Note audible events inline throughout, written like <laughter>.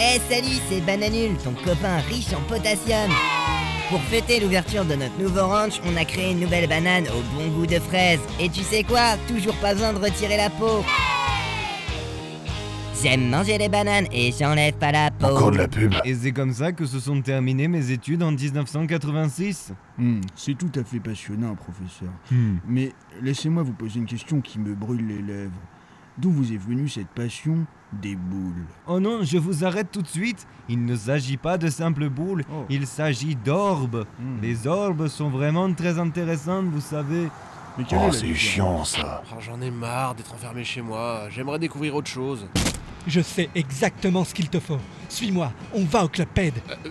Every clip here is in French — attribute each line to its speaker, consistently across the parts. Speaker 1: Eh salut, c'est Bananul, ton copain riche en potassium. Pour fêter l'ouverture de notre nouveau ranch, on a créé une nouvelle banane au bon goût de fraise. Et tu sais quoi Toujours pas besoin de retirer la peau. J'aime manger les bananes et j'enlève pas la peau.
Speaker 2: Encore de la pub.
Speaker 3: Et c'est comme ça que se sont terminées mes études en 1986.
Speaker 4: Hmm, c'est tout à fait passionnant, professeur.
Speaker 3: Hmm.
Speaker 4: Mais laissez-moi vous poser une question qui me brûle les lèvres. D'où vous est venue cette passion des boules
Speaker 3: Oh non, je vous arrête tout de suite. Il ne s'agit pas de simples boules,
Speaker 4: Oh.
Speaker 3: il s'agit d'orbes.
Speaker 4: Hmm.
Speaker 3: Les orbes sont vraiment très intéressantes, vous savez.
Speaker 4: Mais quelle est
Speaker 2: Oh,
Speaker 4: la
Speaker 2: c'est
Speaker 4: différence
Speaker 2: chiant ça.
Speaker 5: Oh, J'en ai marre d'être enfermé chez moi, j'aimerais découvrir autre chose.
Speaker 6: Je sais exactement ce qu'il te faut. Suis-moi, on va au Club Ped.
Speaker 5: Euh,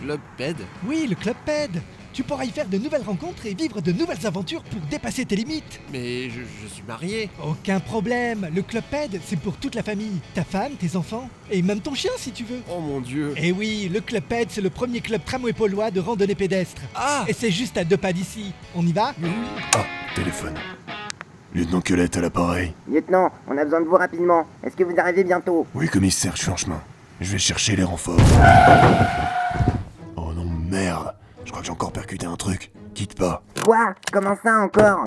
Speaker 5: le club ped
Speaker 6: Oui, le Club Ped. Tu pourras y faire de nouvelles rencontres et vivre de nouvelles aventures pour dépasser tes limites.
Speaker 5: Mais je, je suis marié.
Speaker 6: Aucun problème, le Club Ped, c'est pour toute la famille. Ta femme, tes enfants, et même ton chien si tu veux.
Speaker 5: Oh mon dieu.
Speaker 6: Eh oui, le Club Ped, c'est le premier club tramway polois de randonnée pédestre.
Speaker 5: Ah
Speaker 6: Et c'est juste à deux pas d'ici. On y va
Speaker 2: Ah, téléphone. Lieutenant Colette à l'appareil.
Speaker 1: Lieutenant, on a besoin de vous rapidement. Est-ce que vous arrivez bientôt
Speaker 2: Oui, commissaire, je suis en chemin. Je vais chercher les renforts. Oh non, merde. Je crois que j'ai encore percuté un truc. Quitte pas.
Speaker 1: Quoi Comment ça encore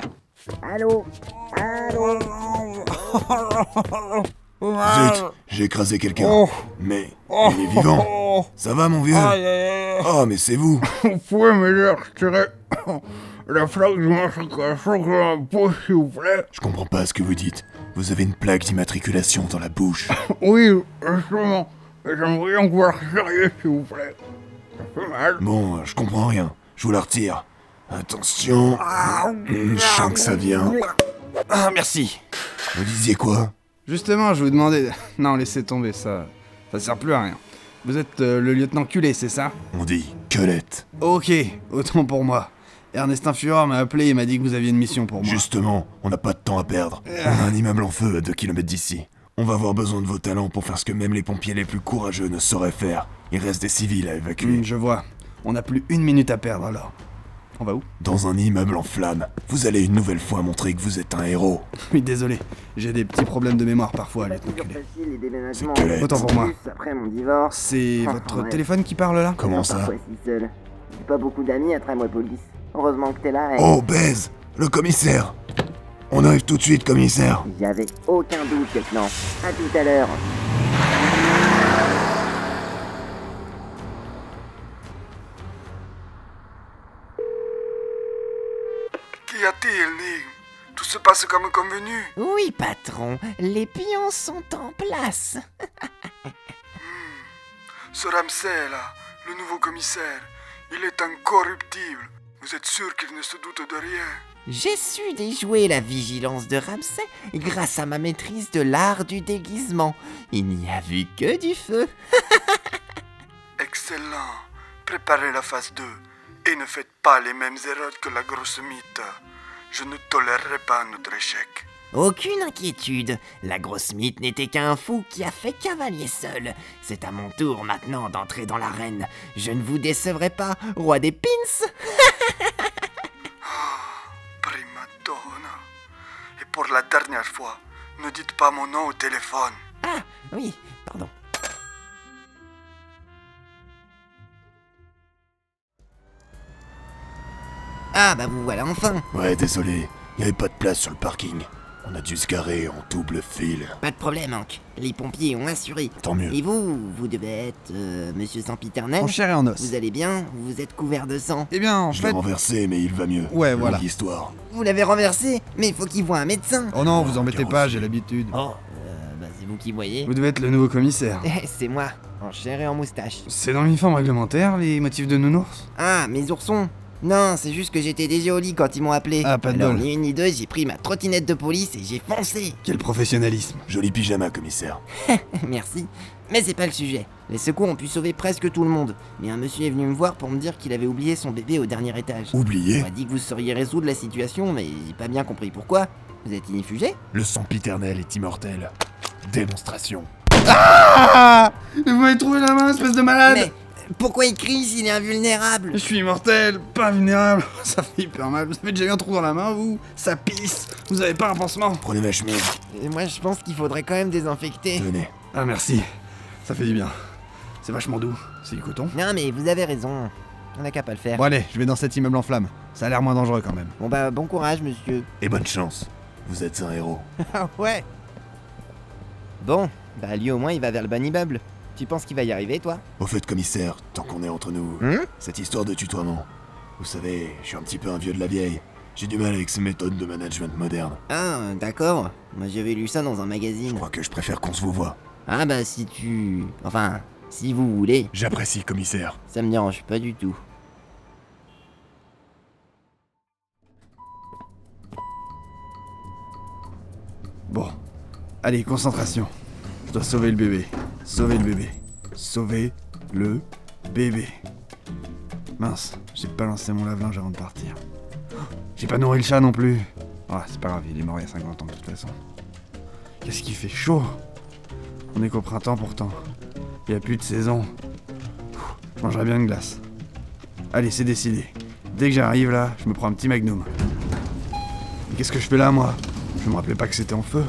Speaker 1: Allô Allô
Speaker 2: Zut, j'ai écrasé quelqu'un. Mais il est vivant. Ça va, mon vieux Oh, mais c'est vous.
Speaker 7: Vous pouvez me dire
Speaker 8: <coughs>
Speaker 7: retirer la flaque du matriculation que j'ai en peau, s'il vous plaît
Speaker 2: Je comprends pas ce que vous dites. Vous avez une plaque d'immatriculation dans la bouche.
Speaker 7: Oui, justement. Mais J'aimerais bien que vous la retiriez, s'il vous plaît. Ça fait mal.
Speaker 2: Bon, euh, je comprends rien. Je vous la retire. Attention. Mmh, Je sens que ça vient.
Speaker 8: Ah, merci.
Speaker 2: Vous disiez quoi
Speaker 8: Justement, je vous demandais. <laughs> Non, laissez tomber ça. Ça sert plus à rien. Vous êtes euh, le lieutenant culé, c'est ça
Speaker 2: On dit Colette.
Speaker 8: Ok, autant pour moi. Ernestin Fureur m'a appelé et m'a dit que vous aviez une mission pour moi. Ah.
Speaker 2: Justement, on n'a pas de temps à perdre. On a un immeuble en feu à 2 km d'ici. On va avoir besoin de vos talents pour faire ce que même les pompiers les plus courageux ne sauraient faire. Il reste des civils à évacuer.
Speaker 8: Hmm, je vois. On n'a plus une minute à perdre alors. On va où <laughs>
Speaker 2: Dans un immeuble en flammes, vous allez une nouvelle fois montrer que vous êtes un héros.
Speaker 8: Oui, désolé. J'ai des petits problèmes de mémoire
Speaker 2: Oh,
Speaker 8: parfois, lieutenant culé.
Speaker 1: facile les déménagements.
Speaker 2: Colette.
Speaker 8: Autant pour moi.
Speaker 1: après mon divorce.
Speaker 8: C'est
Speaker 1: Ah,
Speaker 8: votre
Speaker 1: ouais.
Speaker 8: téléphone qui parle là
Speaker 2: Comment ça
Speaker 1: si seul. J'ai pas beaucoup d'amis à Tramway-Police. Heureusement que t'es là eh. et...
Speaker 2: Oh, Baise Le commissaire On arrive tout de suite, commissaire
Speaker 1: J'avais aucun doute, lieutenant. À tout à l'heure.
Speaker 7: Qu'y a-t-il, Nick Tout se passe comme convenu.
Speaker 9: Oui, patron, les pions sont en place.
Speaker 7: Hmm. Ce Ramsay, là, le nouveau commissaire, il est incorruptible. Vous êtes sûr qu'il ne se doute de rien
Speaker 9: J'ai su déjouer la vigilance de Ramsay grâce à ma maîtrise de l'art du déguisement. Il n'y a vu que du feu.
Speaker 7: Excellent. Préparez la phase 2 et ne faites pas les mêmes erreurs que la grosse mythe. Je ne tolérerai pas notre échec.
Speaker 9: Aucune inquiétude, la grosse mythe n'était qu'un fou qui a fait cavalier seul. C'est à mon tour maintenant d'entrer dans l'arène. Je ne vous décevrai pas, roi des pins.
Speaker 7: Prima donna. Et pour la dernière fois, ne dites pas mon nom au téléphone.
Speaker 9: Ah, oui, pardon.
Speaker 1: Ah bah vous voilà enfin.
Speaker 2: Ouais, désolé, il n'y avait pas de place sur le parking. On a dû se garer en double fil.
Speaker 1: Pas de problème, Hank. Les pompiers ont assuré.
Speaker 2: Tant mieux.
Speaker 1: Et vous, vous devez être euh, Monsieur Sempiternel.
Speaker 8: En chair et en os.
Speaker 1: Vous allez bien Vous êtes couvert de sang.
Speaker 8: Eh bien, en
Speaker 2: Je l'ai
Speaker 8: fait.
Speaker 2: renversé, mais il va mieux.
Speaker 8: Ouais,
Speaker 2: Longue
Speaker 8: voilà.
Speaker 2: histoire.
Speaker 1: Vous l'avez renversé Mais il faut qu'il voit un médecin.
Speaker 8: Oh non, vous embêtez pas, j'ai l'habitude.
Speaker 1: Oh, euh, bah c'est vous qui voyez.
Speaker 8: Vous devez être le nouveau commissaire.
Speaker 1: <laughs> Eh, c'est moi, en chair et en moustache.
Speaker 8: C'est dans l'uniforme réglementaire, les motifs de nounours
Speaker 1: Ah, mes oursons Non, c'est juste que j'étais déjà au lit quand ils m'ont appelé.
Speaker 8: Ah, pas de
Speaker 1: Alors,
Speaker 8: bol.
Speaker 1: ni une ni deux, j'ai pris ma trottinette de police et j'ai foncé.
Speaker 8: Quel professionnalisme.
Speaker 2: Joli pyjama, commissaire.
Speaker 1: Merci. Mais c'est pas le sujet. Les secours ont pu sauver presque tout le monde. Mais un monsieur est venu me voir pour me dire qu'il avait oublié son bébé au dernier étage. On
Speaker 2: Oublié
Speaker 1: m'a dit que vous sauriez résoudre la situation, mais j'ai pas bien compris pourquoi. Vous êtes inifugé
Speaker 2: Le sempiternel est immortel. Démonstration.
Speaker 8: Ah Vous m'avez trouvé la main, espèce de malade
Speaker 1: Mais euh, pourquoi il crie s'il est invulnérable
Speaker 8: Je suis immortel, pas vulnérable. <laughs> Ça fait hyper mal. Vous avez déjà eu un trou dans la main, vous Ça pisse. Vous avez pas un pansement
Speaker 2: Prenez ma chemise.
Speaker 1: Euh,
Speaker 2: Eh.
Speaker 1: Et Moi je pense qu'il faudrait quand même désinfecter.
Speaker 2: Venez.
Speaker 8: Ah, merci. Ça fait du bien. C'est vachement doux. C'est du coton.
Speaker 7: Non, mais vous avez raison. On n'a qu'à pas le faire.
Speaker 8: Bon allez, je vais dans cet immeuble en flammes. Ça a l'air moins dangereux quand même.
Speaker 7: Bon bah, bon courage, monsieur.
Speaker 2: Et bonne chance, vous êtes un héros.
Speaker 7: Ah ouais Bon, bah lui au moins il va vers le bon immeuble. Tu penses qu'il va y arriver toi
Speaker 2: Au fait, commissaire, tant qu'on est entre nous,
Speaker 7: Hmm
Speaker 2: cette histoire de tutoiement. Vous savez, je suis un petit peu un vieux de la vieille. J'ai du mal avec ces méthodes de management moderne.
Speaker 7: Ah, d'accord. Moi j'avais lu ça dans un
Speaker 2: Je
Speaker 7: magazine.
Speaker 2: crois que je préfère qu'on se vous voit.
Speaker 7: Ah bah si tu... Enfin, si vous voulez,
Speaker 2: J'apprécie, commissaire.
Speaker 7: ça me dérange pas du tout.
Speaker 8: Bon. Allez, concentration. Je dois sauver le bébé. Sauver le bébé. Sauver le bébé. Mince, j'ai pas lancé mon lave-linge avant de partir. Oh, J'ai pas nourri le chat non plus. Ah, c'est pas grave, il est mort il y a 50 ans de toute façon. Qu'est-ce qu'il fait chaud On est qu'au printemps pourtant. Il y a plus de saison. Ouh, Je mangerais bien une glace. Allez, c'est décidé. Dès que j'arrive là, je me prends un petit magnum. Mais qu'est-ce que je fais là, moi Je me rappelais pas que c'était en feu.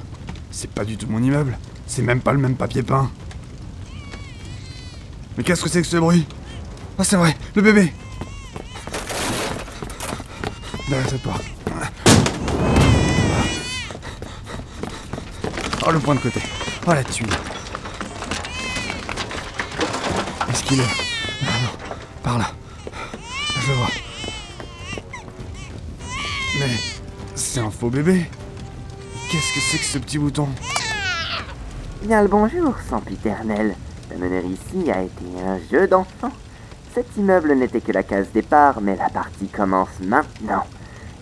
Speaker 8: C'est pas du tout mon immeuble. C'est même pas le même papier peint. Mais qu'est-ce que c'est que ce bruit Ah, c'est vrai, le bébé Derrière cette porte. Ah. Oh, le point de côté. Oh, la tuile. Est-ce qu'il est Ah non, par là. Je le vois. Mais c'est un faux bébé. Qu'est-ce que c'est que ce petit bouton
Speaker 7: Bien le bonjour, sempiternel. La mener ici a été un jeu d'enfant. Cet immeuble n'était que la case départ, mais la partie commence maintenant.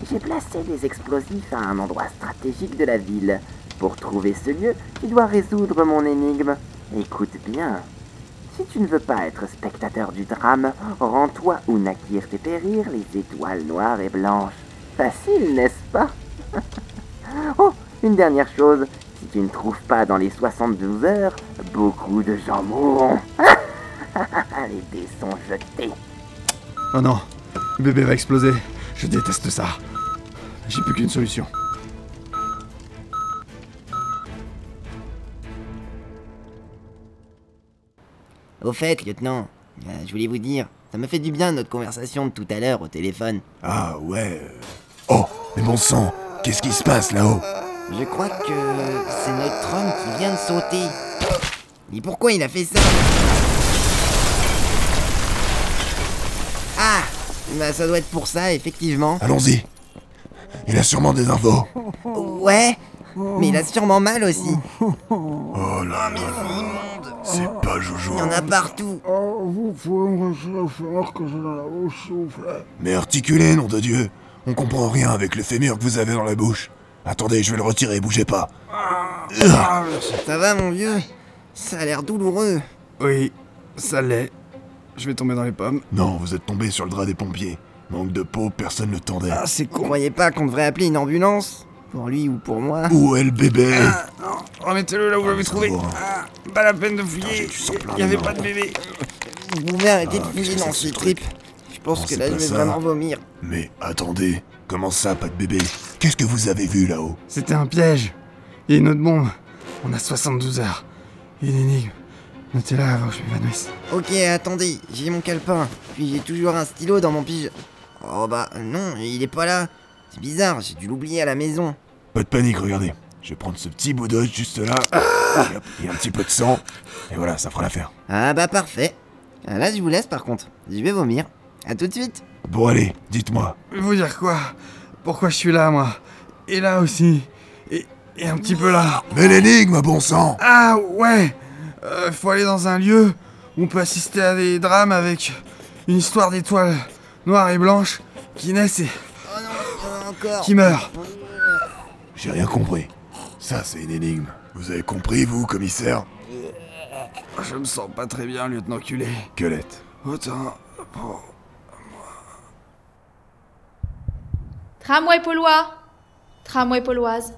Speaker 7: J'ai placé des explosifs à un endroit stratégique de la ville. Pour trouver ce lieu, tu dois résoudre mon énigme. Écoute bien. Si tu ne veux pas être spectateur du drame, rends-toi ou n'acquiert et périr les étoiles noires et blanches. Facile, n'est-ce pas <laughs> Oh, une dernière chose. Si tu ne trouves pas dans les 72 heures, beaucoup de gens mourront. <laughs> les dés sont jetés.
Speaker 8: Oh non, le bébé va exploser. Je déteste ça. J'ai plus qu'une solution.
Speaker 7: Au fait, lieutenant, euh, je voulais vous dire, ça m'a fait du bien notre conversation de tout à l'heure au téléphone.
Speaker 2: Ah ouais. euh. Oh, mais bon sang, qu'est-ce qui se passe là-haut
Speaker 7: Je crois que c'est notre homme qui vient de sauter. Mais pourquoi il a fait ça Ah Bah ça doit être pour ça, effectivement.
Speaker 2: Allons-y. Il a sûrement des infos.
Speaker 7: Ouais Mais il a sûrement mal aussi.
Speaker 2: Oh là là. C'est pas Jojo.
Speaker 7: Il y en a partout.
Speaker 4: Oh, Ah. vous pouvez me faire que j'ai dans la bouche, s'il vous plaît.
Speaker 2: Mais articulez, nom de Dieu. On comprend rien avec le fémur que vous avez dans la bouche. Attendez, je vais le retirer, bougez pas.
Speaker 7: Ça va mon vieux Ça a l'air douloureux.
Speaker 8: Oui, ça l'est. Je vais tomber dans les pommes.
Speaker 2: Non, vous êtes tombé sur le drap des pompiers. Manque de peau, personne ne tendait.
Speaker 8: Ah, c'est
Speaker 7: Vous
Speaker 8: con.
Speaker 7: croyez pas qu'on devrait appeler une ambulance Pour lui ou pour moi
Speaker 2: Où est le bébé
Speaker 4: Ah.
Speaker 8: Non, Ah, remettez-le là où vous l'avez
Speaker 2: ça
Speaker 8: trouvé.
Speaker 2: va.
Speaker 8: Ah, pas la peine de
Speaker 2: Putain,
Speaker 8: fouiller.
Speaker 2: hein. Ah, j'ai du sang plein
Speaker 8: Il y avait
Speaker 2: les
Speaker 8: pas
Speaker 2: dents.
Speaker 8: de bébé.
Speaker 7: Vous pouvez arrêter de
Speaker 2: Ah,
Speaker 7: fouiller
Speaker 2: qu'est-ce que
Speaker 7: dans
Speaker 2: c'est
Speaker 7: ces
Speaker 2: que ce truc
Speaker 7: tripes. Je pense
Speaker 2: Oh,
Speaker 7: que
Speaker 2: c'est
Speaker 7: là je
Speaker 2: pas
Speaker 7: vais
Speaker 2: ça.
Speaker 7: vraiment vomir.
Speaker 2: Mais attendez, comment ça, pas de bébé Qu'est-ce que vous avez vu là-haut
Speaker 8: C'était un piège. Il y a une autre bombe. On a 72 heures. Il y a une énigme. Notez là avant que je m'évanouisse.
Speaker 7: Ok, attendez, j'ai mon calepin. Puis j'ai toujours un stylo dans mon pige. Oh bah non, il est pas là. C'est bizarre, j'ai dû l'oublier à la maison.
Speaker 2: Pas de panique, regardez. Je vais prendre ce petit bout d'os juste là.
Speaker 4: Ah.
Speaker 2: Et hop, Il y a un petit peu de sang. Et voilà, ça fera l'affaire.
Speaker 7: Ah bah parfait. Ah, Là je vous laisse par contre. Je vais vomir. À tout de suite.
Speaker 2: Bon allez, dites-moi.
Speaker 8: Vous dire quoi Pourquoi je suis là, moi Et là aussi. Et, et un petit peu là.
Speaker 2: Mais l'énigme, bon sang
Speaker 8: Ah ouais Euh, Faut aller dans un lieu où on peut assister à des drames avec une histoire d'étoiles noires et blanches qui naissent et
Speaker 7: Encore.
Speaker 8: qui meurent.
Speaker 2: J'ai rien compris. Ça, c'est une énigme. Vous avez compris, vous, commissaire
Speaker 8: Je me sens pas très bien, lieutenant culé.
Speaker 2: Quelette.
Speaker 8: Autant. Bon.
Speaker 10: Tramway polois Tramway poloise.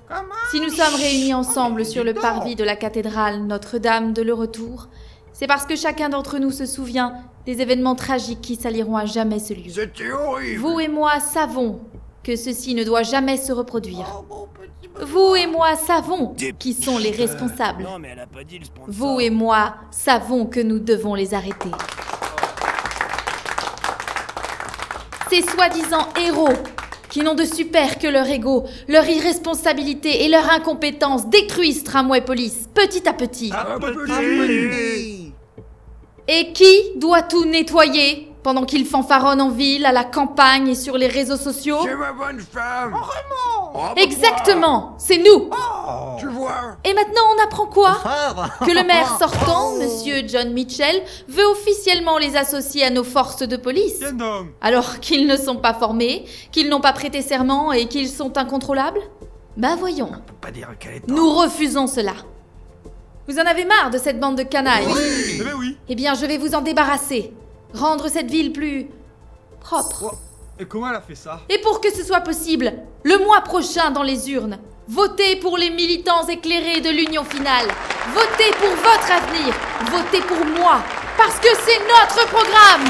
Speaker 10: Si nous sommes réunis ensemble sur le parvis de la cathédrale Notre-Dame de le retour, c'est parce que chacun d'entre nous se souvient des événements tragiques qui saliront à jamais ce lieu. Vous et moi savons que ceci ne doit jamais se reproduire. Vous et moi savons qui sont les responsables. Vous et moi savons que nous devons les arrêter. Ces soi-disant héros qui n'ont de super que leur ego, leur irresponsabilité et leur incompétence détruisent tramway police petit à petit.
Speaker 6: Ah,
Speaker 10: Et qui doit tout nettoyer pendant qu'ils fanfaronnent en ville, à la campagne et sur les réseaux sociaux Exactement, c'est nous. Et maintenant, on apprend quoi Que le maire sortant, monsieur John Mitchell, veut officiellement les associer à nos forces de police. Alors qu'ils ne sont pas formés, qu'ils n'ont pas prêté serment et qu'ils sont incontrôlables Bah voyons. Nous refusons cela. Vous en avez marre de cette bande de canailles
Speaker 6: Eh ben oui.
Speaker 10: Eh bien, je vais vous en débarrasser. Rendre cette ville plus propre.
Speaker 6: Et comment elle a fait ça
Speaker 10: Et pour que ce soit possible, le mois prochain dans les urnes, votez pour les militants éclairés de l'Union finale. Votez pour votre avenir. Votez pour moi. Parce que c'est notre programme.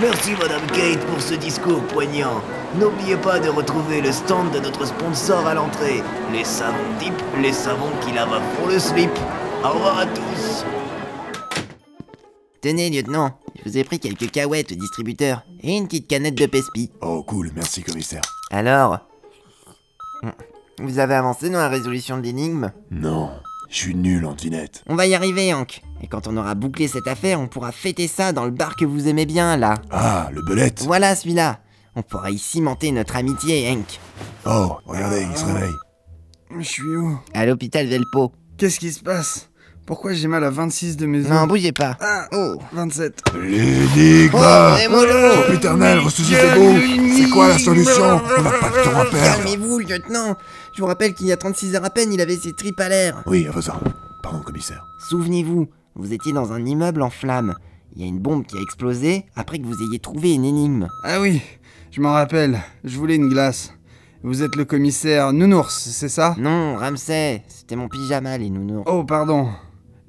Speaker 11: Merci Madame Kate pour ce discours poignant. N'oubliez pas de retrouver le stand de notre sponsor à l'entrée. Les savons Deep, les savons qui lavent pour le slip. Au revoir à tous.
Speaker 1: Tenez, lieutenant, je vous ai pris quelques cahuètes au distributeur et une petite canette de Pespi.
Speaker 2: Oh, cool, merci, commissaire.
Speaker 1: Alors hmm, Vous avez avancé dans la résolution de l'énigme
Speaker 2: Non, je suis nul en devinette.
Speaker 1: On va y arriver, Hank. Et quand on aura bouclé cette affaire, on pourra fêter ça dans le bar que vous aimez bien, là.
Speaker 2: Ah, le belette
Speaker 1: Voilà celui-là. On pourra y cimenter notre amitié, Hank.
Speaker 2: Oh, regardez, il se réveille.
Speaker 8: Je suis où
Speaker 1: À l'hôpital Velpo.
Speaker 8: Qu'est-ce qui se passe Pourquoi j'ai mal à 26 de mes os
Speaker 1: Non, bougez pas. Oh.
Speaker 8: Ah, 27.
Speaker 2: L'énigme
Speaker 8: Oh, mais mollo
Speaker 2: Oh, Péternel, ressuscitez vous C'est quoi la solution On n'a pas de temps à perdre
Speaker 1: Calmez-vous, lieutenant Je vous rappelle qu'il y a 36 heures à peine, il avait ses tripes à l'air.
Speaker 2: Oui, à vos ordres. Pardon, commissaire.
Speaker 1: Souvenez-vous, vous étiez dans un immeuble en flammes. Il y a une bombe qui a explosé après que vous ayez trouvé une énigme.
Speaker 8: Ah oui, je m'en rappelle. Je voulais une glace. Vous êtes le commissaire Nounours, c'est ça
Speaker 1: Non, Ramsay, c'était mon pyjama, les nounours.
Speaker 8: Oh, pardon.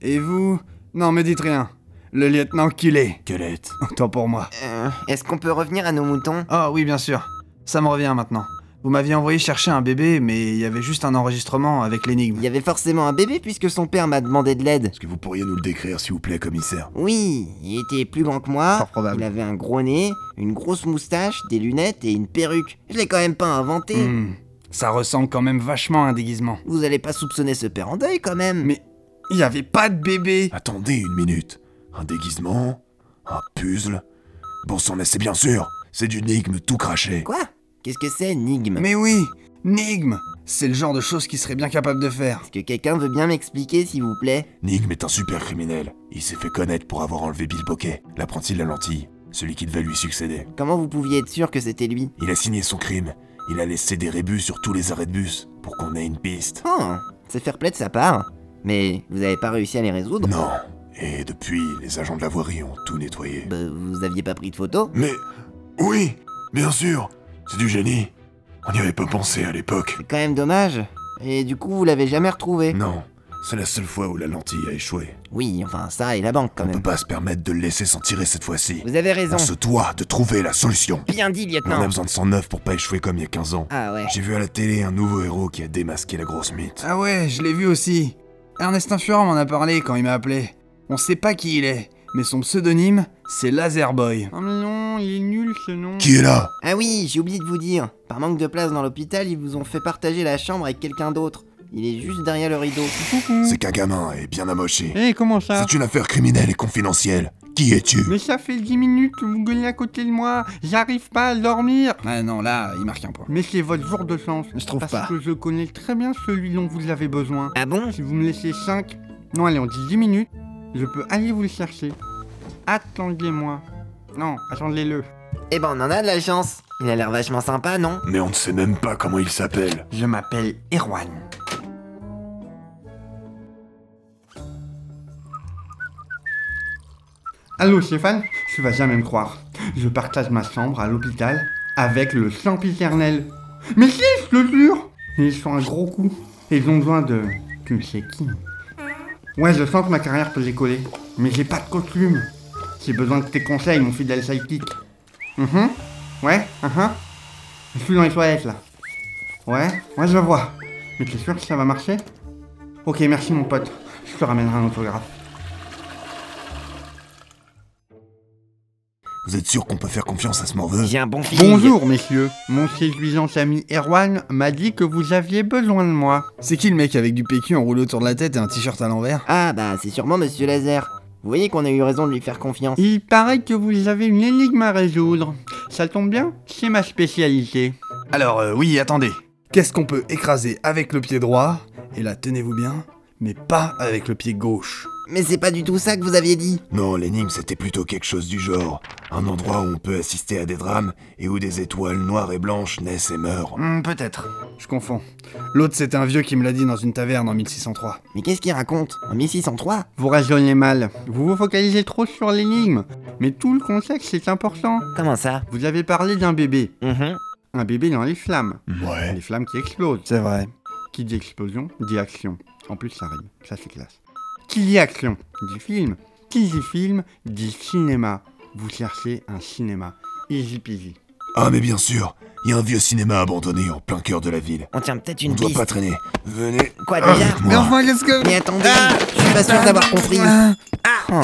Speaker 8: Et vous Non, me dites rien. Le lieutenant Culé.
Speaker 2: Galette.
Speaker 8: Autant pour moi.
Speaker 1: Euh, Est-ce qu'on peut revenir à nos moutons
Speaker 8: Ah oui, bien sûr. Ça me revient maintenant. Vous m'aviez envoyé chercher un bébé, mais il y avait juste un enregistrement avec l'énigme.
Speaker 1: Il y avait forcément un bébé puisque son père m'a demandé de l'aide.
Speaker 2: Est-ce que vous pourriez nous le décrire, s'il vous plaît, commissaire
Speaker 1: Oui, il était plus grand que moi.
Speaker 8: Fort probable.
Speaker 1: Il avait un gros nez, une grosse moustache, des lunettes et une perruque. Je l'ai quand même pas inventé.
Speaker 8: Hmm, Ça ressemble quand même vachement à un déguisement.
Speaker 1: Vous allez pas soupçonner ce père en deuil quand même.
Speaker 8: Mais il n'y avait pas de bébé
Speaker 2: Attendez une minute. Un déguisement Un puzzle Bon sang, mais c'est bien sûr C'est du énigme tout craché.
Speaker 1: Quoi Qu'est-ce que c'est, une énigme
Speaker 8: Mais oui Nigme C'est le genre de choses qu'il serait bien capable de faire.
Speaker 1: Est-ce que quelqu'un veut bien m'expliquer, s'il vous plaît
Speaker 2: Nigme est un super criminel. Il s'est fait connaître pour avoir enlevé Bill Pocket, l'apprenti de la lentille, celui qui devait lui succéder.
Speaker 1: Comment vous pouviez être sûr que c'était lui
Speaker 2: Il a signé son crime. Il a laissé des rébus sur tous les arrêts de bus pour qu'on ait une piste.
Speaker 1: Oh, c'est fair play de sa part. Mais vous avez pas réussi à les résoudre
Speaker 2: Non. Et depuis, les agents de la voirie ont tout nettoyé.
Speaker 1: Bah, vous aviez pas pris de photos
Speaker 2: Mais oui, bien sûr, c'est du génie. On n'y avait pas pensé à l'époque.
Speaker 1: C'est quand même dommage. Et du coup, vous l'avez jamais retrouvé
Speaker 2: Non, c'est la seule fois où la lentille a échoué.
Speaker 1: Oui, enfin, ça et la banque quand
Speaker 2: On ne peut
Speaker 1: même.
Speaker 2: pas se permettre de le laisser s'en tirer cette fois-ci.
Speaker 1: Vous avez raison.
Speaker 2: On se doit de trouver la solution.
Speaker 1: Bien dit,
Speaker 2: On a
Speaker 1: lieutenant.
Speaker 2: besoin de 109 pour pas échouer comme il y a 15 ans.
Speaker 1: Ah ouais.
Speaker 2: J'ai vu à la télé un nouveau héros qui a démasqué la grosse mythe.
Speaker 8: Ah ouais, je l'ai vu aussi. Ernestin Furent m'en a parlé quand il m'a appelé. On sait pas qui il est, mais son pseudonyme, c'est Laserboy. Oh mais non, il est nul ce nom.
Speaker 2: Qui est là
Speaker 1: Ah oui, j'ai oublié de vous dire. Par manque de place dans l'hôpital, ils vous ont fait partager la chambre avec quelqu'un d'autre. Il est juste derrière le rideau.
Speaker 2: C'est qu'un gamin et bien amoché.
Speaker 6: Eh, comment ça
Speaker 2: C'est une affaire criminelle et confidentielle. Qui es-tu
Speaker 6: Mais ça fait 10 minutes que vous gueulez à côté de moi. J'arrive pas à dormir.
Speaker 8: Ah non, là, il marque un point.
Speaker 6: Mais c'est votre jour de chance.
Speaker 8: Je trouve
Speaker 6: parce
Speaker 8: pas.
Speaker 6: que je connais très bien celui dont vous avez besoin.
Speaker 1: Ah bon
Speaker 6: Si vous me laissez 5, non allez on dit 10 minutes, je peux aller vous le chercher. Attendez-moi. Non, attendez-le.
Speaker 1: Eh ben, on en a de la chance. Il a l'air vachement sympa, non
Speaker 2: Mais on ne sait même pas comment il s'appelle.
Speaker 8: Je m'appelle Erwan.
Speaker 6: Allô Stéphane, tu vas jamais me croire. Je partage ma chambre à l'hôpital avec le sempiternel. Mais si, je le jure Ils sont un gros coup. Ils ont besoin de... Tu sais qui Ouais, je sens que ma carrière peut décoller. Mais j'ai pas de costume. J'ai besoin de tes conseils, mon fidèle sidekick. Mhm. Ouais, uh Je suis dans les toilettes là. Ouais, ouais, je vois. Mais t'es sûr que ça va marcher Ok, merci mon pote. Je te ramènerai un autographe.
Speaker 2: Vous êtes sûr qu'on peut faire confiance à ce morveux
Speaker 1: J'ai un bon
Speaker 6: Bonjour messieurs. Mon séduisant ami Erwan m'a dit que vous aviez besoin de moi.
Speaker 8: C'est qui le mec avec du PQ enroulé autour de la tête et un t-shirt à l'envers
Speaker 7: Ah bah c'est sûrement Monsieur Laser. Vous voyez qu'on a eu raison de lui faire confiance.
Speaker 6: Il paraît que vous avez une énigme à résoudre. Ça tombe bien, c'est ma spécialité.
Speaker 8: Alors euh, oui, attendez. Qu'est-ce qu'on peut écraser avec le pied droit Et là, tenez-vous bien, mais pas avec le pied gauche.
Speaker 7: Mais c'est pas du tout ça que vous aviez dit.
Speaker 2: Non, l'énigme c'était plutôt quelque chose du genre. Un endroit où on peut assister à des drames et où des étoiles noires et blanches naissent et meurent.
Speaker 8: Hmm, peut-être. Je confonds. L'autre, c'était un vieux qui me l'a dit dans une taverne en 1603.
Speaker 7: Mais qu'est-ce qu'il raconte En 1603
Speaker 6: Vous raisonnez mal, vous vous focalisez trop sur l'énigme. Mais tout le contexte est important.
Speaker 7: Comment ça
Speaker 6: Vous avez parlé d'un bébé.
Speaker 7: Mhm.
Speaker 6: Un bébé dans les flammes.
Speaker 2: Ouais.
Speaker 6: Les flammes qui explosent.
Speaker 8: C'est vrai.
Speaker 6: Qui dit explosion, dit action. En plus, ça rime. Ça, c'est classe. Qui dit action, dit film. Qui dit film, dit cinéma. Vous cherchez un cinéma. Easy peasy.
Speaker 2: Ah mais bien sûr, il y a un vieux cinéma abandonné en plein cœur de la ville.
Speaker 7: On tient peut-être
Speaker 2: On
Speaker 7: une
Speaker 2: doit
Speaker 7: piste.
Speaker 2: pas traîner. Venez.
Speaker 7: Quoi déjà
Speaker 2: avec moi.
Speaker 8: qu'est-ce que...
Speaker 7: Ah. Mais attendez, je suis pas sûr d'avoir compris.
Speaker 6: Ah.
Speaker 7: Oh.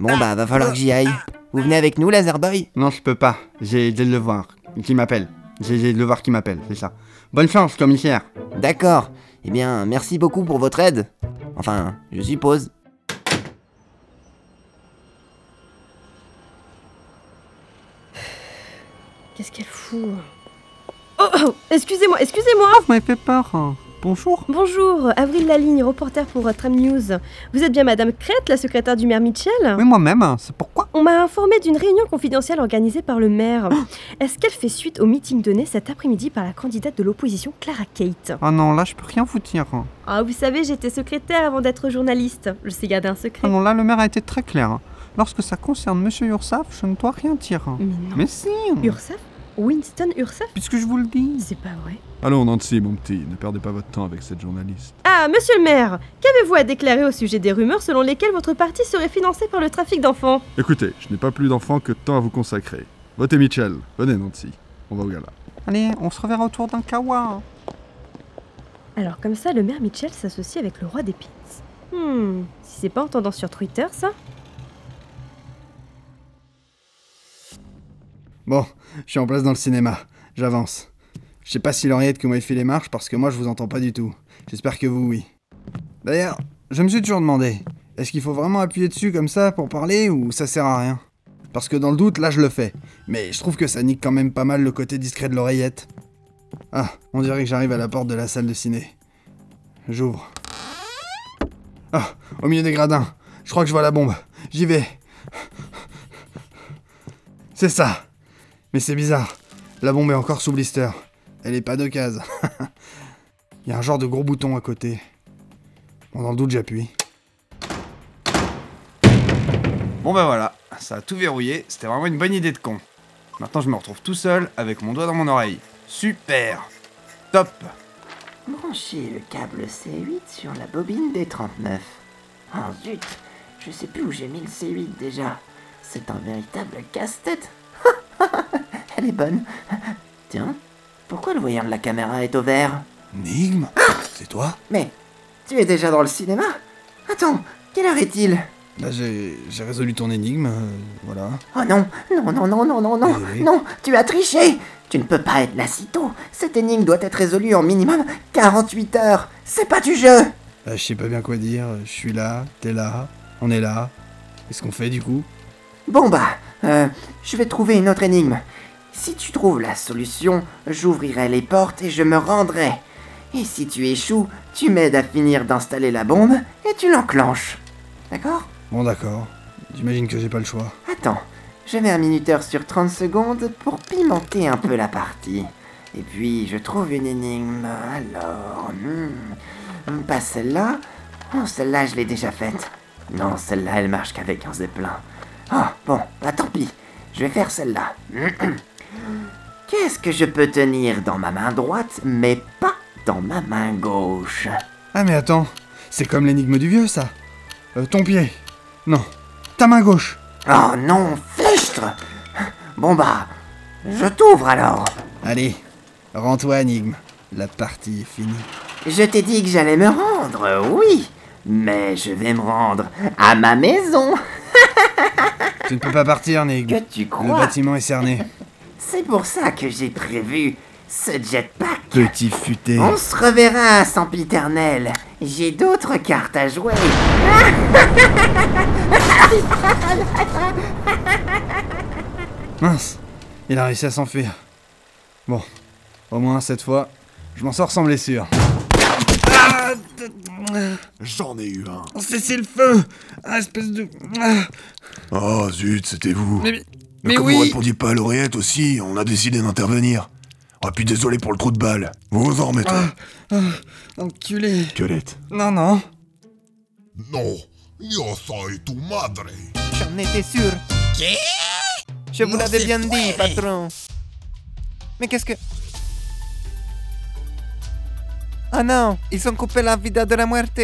Speaker 7: Bon bah va falloir que j'y aille. Vous venez avec nous, Laser Boy
Speaker 6: Non, je peux pas. J'ai des devoirs qui m'appellent. J'ai des devoirs qui m'appellent, c'est ça. Bonne chance, commissaire.
Speaker 7: D'accord. Eh bien, merci beaucoup pour votre aide. Enfin, je suppose.
Speaker 12: Qu'est-ce qu'elle fout Oh, oh, excusez-moi, excusez-moi
Speaker 6: Vous m'avez fait peur. hein. Bonjour.
Speaker 12: Bonjour, Avril Laligne, reporter pour euh, Tram News. Vous êtes bien Madame Crête, la secrétaire du maire Mitchell
Speaker 6: Oui, moi-même, hein, c'est pourquoi.
Speaker 12: On m'a informé d'une réunion confidentielle organisée par le maire.
Speaker 7: Oh.
Speaker 12: Est-ce qu'elle fait suite au meeting donné cet après-midi par la candidate de l'opposition Clara Kate
Speaker 6: Ah non, là, je peux rien vous dire. hein.
Speaker 12: Ah, vous savez, j'étais secrétaire avant d'être journaliste. Je sais garder un secret.
Speaker 6: Ah non, là, le maire a été très clair. hein. Lorsque ça concerne Monsieur Ursaf, je ne dois rien dire. hein.
Speaker 12: Mais non.
Speaker 6: Mais si hein.
Speaker 12: Ursaf Winston Ursaf
Speaker 6: Puisque je vous le dis.
Speaker 12: C'est pas vrai.
Speaker 13: Allons, Nancy, mon petit, ne perdez pas votre temps avec cette journaliste.
Speaker 12: Ah, monsieur le maire, qu'avez-vous à déclarer au sujet des rumeurs selon lesquelles votre parti serait financé par le trafic d'enfants
Speaker 13: Écoutez, je n'ai pas plus d'enfants que de temps à vous consacrer. Votez Mitchell. Venez, Nancy. On va au gala.
Speaker 6: Allez, on se reverra autour d'un kawa. hein.
Speaker 12: Alors comme ça, le maire Mitchell s'associe avec le roi des pins. Hmm, si c'est pas en tendance sur Twitter, ça
Speaker 8: Bon, je suis en place dans le cinéma. J'avance. Je sais pas si l'oreillette que vous m'avez fait les marches parce que moi je vous entends pas du tout. J'espère que vous oui. D'ailleurs, je me suis toujours demandé, est-ce qu'il faut vraiment appuyer dessus comme ça pour parler ou ça sert à rien Parce que dans le doute, là je le fais. Mais je trouve que ça nique quand même pas mal le côté discret de l'oreillette. Ah, on dirait que j'arrive à la porte de la salle de ciné. J'ouvre. Ah, au milieu des gradins. Je crois que je vois la bombe. J'y vais. C'est ça. Mais c'est bizarre. La bombe est encore sous blister. Elle est pas de case. <laughs> Il y a un genre de gros bouton à côté. Bon, dans le doute, j'appuie.
Speaker 6: Bon
Speaker 8: ben
Speaker 6: bah voilà, ça a tout verrouillé, c'était vraiment une bonne idée de con. Maintenant je me retrouve tout seul avec mon doigt dans mon oreille. Super Top
Speaker 7: Branchez le câble C8 sur la bobine des 39. Ah zut, je sais plus où j'ai mis le C8 déjà. C'est un véritable casse-tête. <laughs> Elle est bonne. Tiens, pourquoi le voyant de la caméra est au vert
Speaker 2: Énigme C'est toi
Speaker 7: Mais, tu es déjà dans le cinéma Attends, quelle heure est-il
Speaker 8: Là, j'ai j'ai résolu ton énigme. euh, voilà.
Speaker 7: Oh non, non, non, non, non, non, non,
Speaker 8: Désolé.
Speaker 7: non, tu as triché Tu ne peux pas être là si tôt. Cette énigme doit être résolue en minimum 48 heures. C'est pas du jeu
Speaker 8: Bah, je sais pas bien quoi dire. Je suis là, t'es là, on est là. Qu'est-ce qu'on fait du coup
Speaker 7: Bon bah, euh, je vais trouver une autre énigme. Si tu trouves la solution, j'ouvrirai les portes et je me rendrai. Et si tu échoues, tu m'aides à finir d'installer la bombe et tu l'enclenches. D'accord
Speaker 8: Bon, d'accord. J'imagine que j'ai pas le choix.
Speaker 7: Attends, je mets un minuteur sur 30 secondes pour pimenter un peu la partie. Et puis je trouve une énigme. Alors, hmm, pas celle-là. Oh, celle-là, je l'ai déjà faite. Non, celle-là, elle marche qu'avec un zeppelin. Ah, bon, bah tant pis. Je vais faire celle-là. <clears throat> Qu'est-ce que je peux tenir dans ma main droite, mais pas dans ma main gauche
Speaker 8: Ah, mais attends. C'est comme l'énigme du vieux, ça. Euh, ton pied. Non. Ta main gauche.
Speaker 7: Oh non, fichtre Bon bah, je t'ouvre alors.
Speaker 8: Allez,
Speaker 14: Rends-toi, Enigme. La partie est finie.
Speaker 7: Je t'ai dit que j'allais me rendre, oui, mais je vais me rendre à ma maison.
Speaker 14: Tu ne peux pas partir, Enigme.
Speaker 7: <laughs> Que tu
Speaker 14: Le
Speaker 7: crois
Speaker 14: bâtiment est
Speaker 7: <laughs>
Speaker 14: cerné.
Speaker 7: C'est pour ça que j'ai prévu ce jetpack.
Speaker 14: Petit futé.
Speaker 7: On se reverra, Sempiternel. J'ai d'autres cartes à jouer.
Speaker 14: Mince, il a réussi à s'enfuir. Bon, au moins cette fois, je m'en sors sans blessure.
Speaker 2: J'en ai eu un.
Speaker 15: Cessez le feu Ah, espèce de... Ah.
Speaker 2: Oh zut, c'était vous.
Speaker 15: Mais- mais
Speaker 2: comme
Speaker 15: oui.
Speaker 2: vous répondiez pas à l'oreillette aussi, on a décidé d'intervenir. Ah puis désolé pour le trou de balle. Vous vous en remettrez.
Speaker 15: Ah, ah, enculé.
Speaker 2: Violette.
Speaker 15: Non, non.
Speaker 8: No, yo soy tu madre.
Speaker 6: J'en étais sûr. Je vous
Speaker 8: Non,
Speaker 6: l'avais
Speaker 8: c'est
Speaker 6: bien dit,
Speaker 8: vrai.
Speaker 6: patron. Mais qu'est-ce que... Ah non, ils ont coupé la vida de la muerte.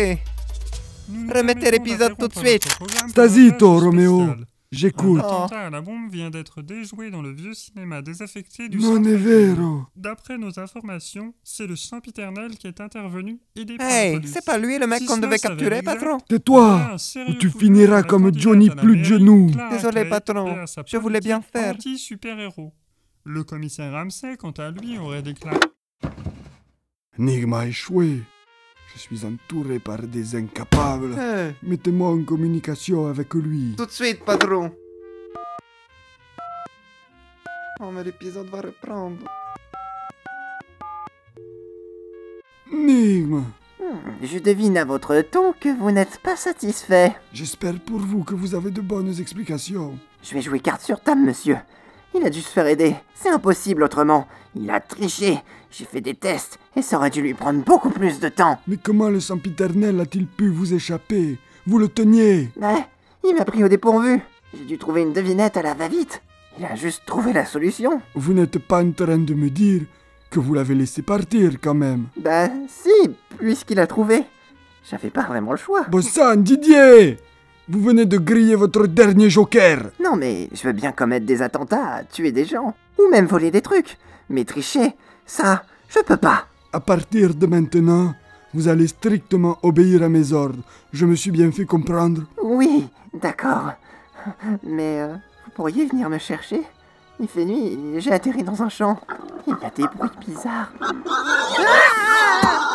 Speaker 6: Remettez l'épisode tout de suite.
Speaker 3: Stasito, Roméo. J'écoute.
Speaker 6: Ah, Oh.
Speaker 16: L'attentat à la bombe vient d'être déjoué dans le vieux cinéma désaffecté du
Speaker 3: Non è
Speaker 16: Saint-Péternel.
Speaker 3: vero.
Speaker 16: D'après nos informations, c'est le Saint-Péternel qui est intervenu aidé par la
Speaker 6: Hey,
Speaker 16: police.
Speaker 6: c'est pas lui le mec
Speaker 16: Si
Speaker 6: qu'on
Speaker 16: cela
Speaker 6: devait
Speaker 16: s'avère
Speaker 6: capturer,
Speaker 16: exact,
Speaker 6: patron
Speaker 3: Tais-toi, ou tu finiras comme Johnny plus de genoux.
Speaker 6: Désolé, patron. Je voulais bien faire.
Speaker 16: Anti-super-héros. Le commissaire Ramsey, quant à lui, aurait déclaré...
Speaker 8: Enigme a échoué. Je suis entouré par des incapables.
Speaker 6: Hein.
Speaker 8: Mettez-moi en communication avec lui.
Speaker 6: Tout de suite, patron. Oh, mais l'épisode va reprendre.
Speaker 8: Enigme
Speaker 7: Je devine à votre ton que vous n'êtes pas satisfait.
Speaker 8: J'espère pour vous que vous avez de bonnes explications.
Speaker 7: Je vais jouer carte sur table, monsieur. Il a dû se faire aider. C'est impossible autrement. Il a triché. J'ai fait des tests et ça aurait dû lui prendre beaucoup plus de temps.
Speaker 8: Mais comment le sempiternel a-t-il pu vous échapper Vous le teniez
Speaker 7: Mais il m'a pris au dépourvu. J'ai dû trouver une devinette à la va-vite. Il a juste trouvé la solution.
Speaker 8: Vous n'êtes pas en train de me dire que vous l'avez laissé partir quand même.
Speaker 7: Bah si, puisqu'il a trouvé. J'avais pas vraiment le choix.
Speaker 8: Bossan, Didier Vous venez de griller votre dernier joker
Speaker 7: Non mais je veux bien commettre des attentats, tuer des gens, ou même voler des trucs. Mais tricher, ça, je peux pas.
Speaker 8: À partir de maintenant, vous allez strictement obéir à mes ordres. Je me suis bien fait comprendre.
Speaker 7: Oui, d'accord. Mais euh, vous pourriez venir me chercher Il fait nuit, j'ai atterri dans un champ. Il y a des bruits bizarres. Ah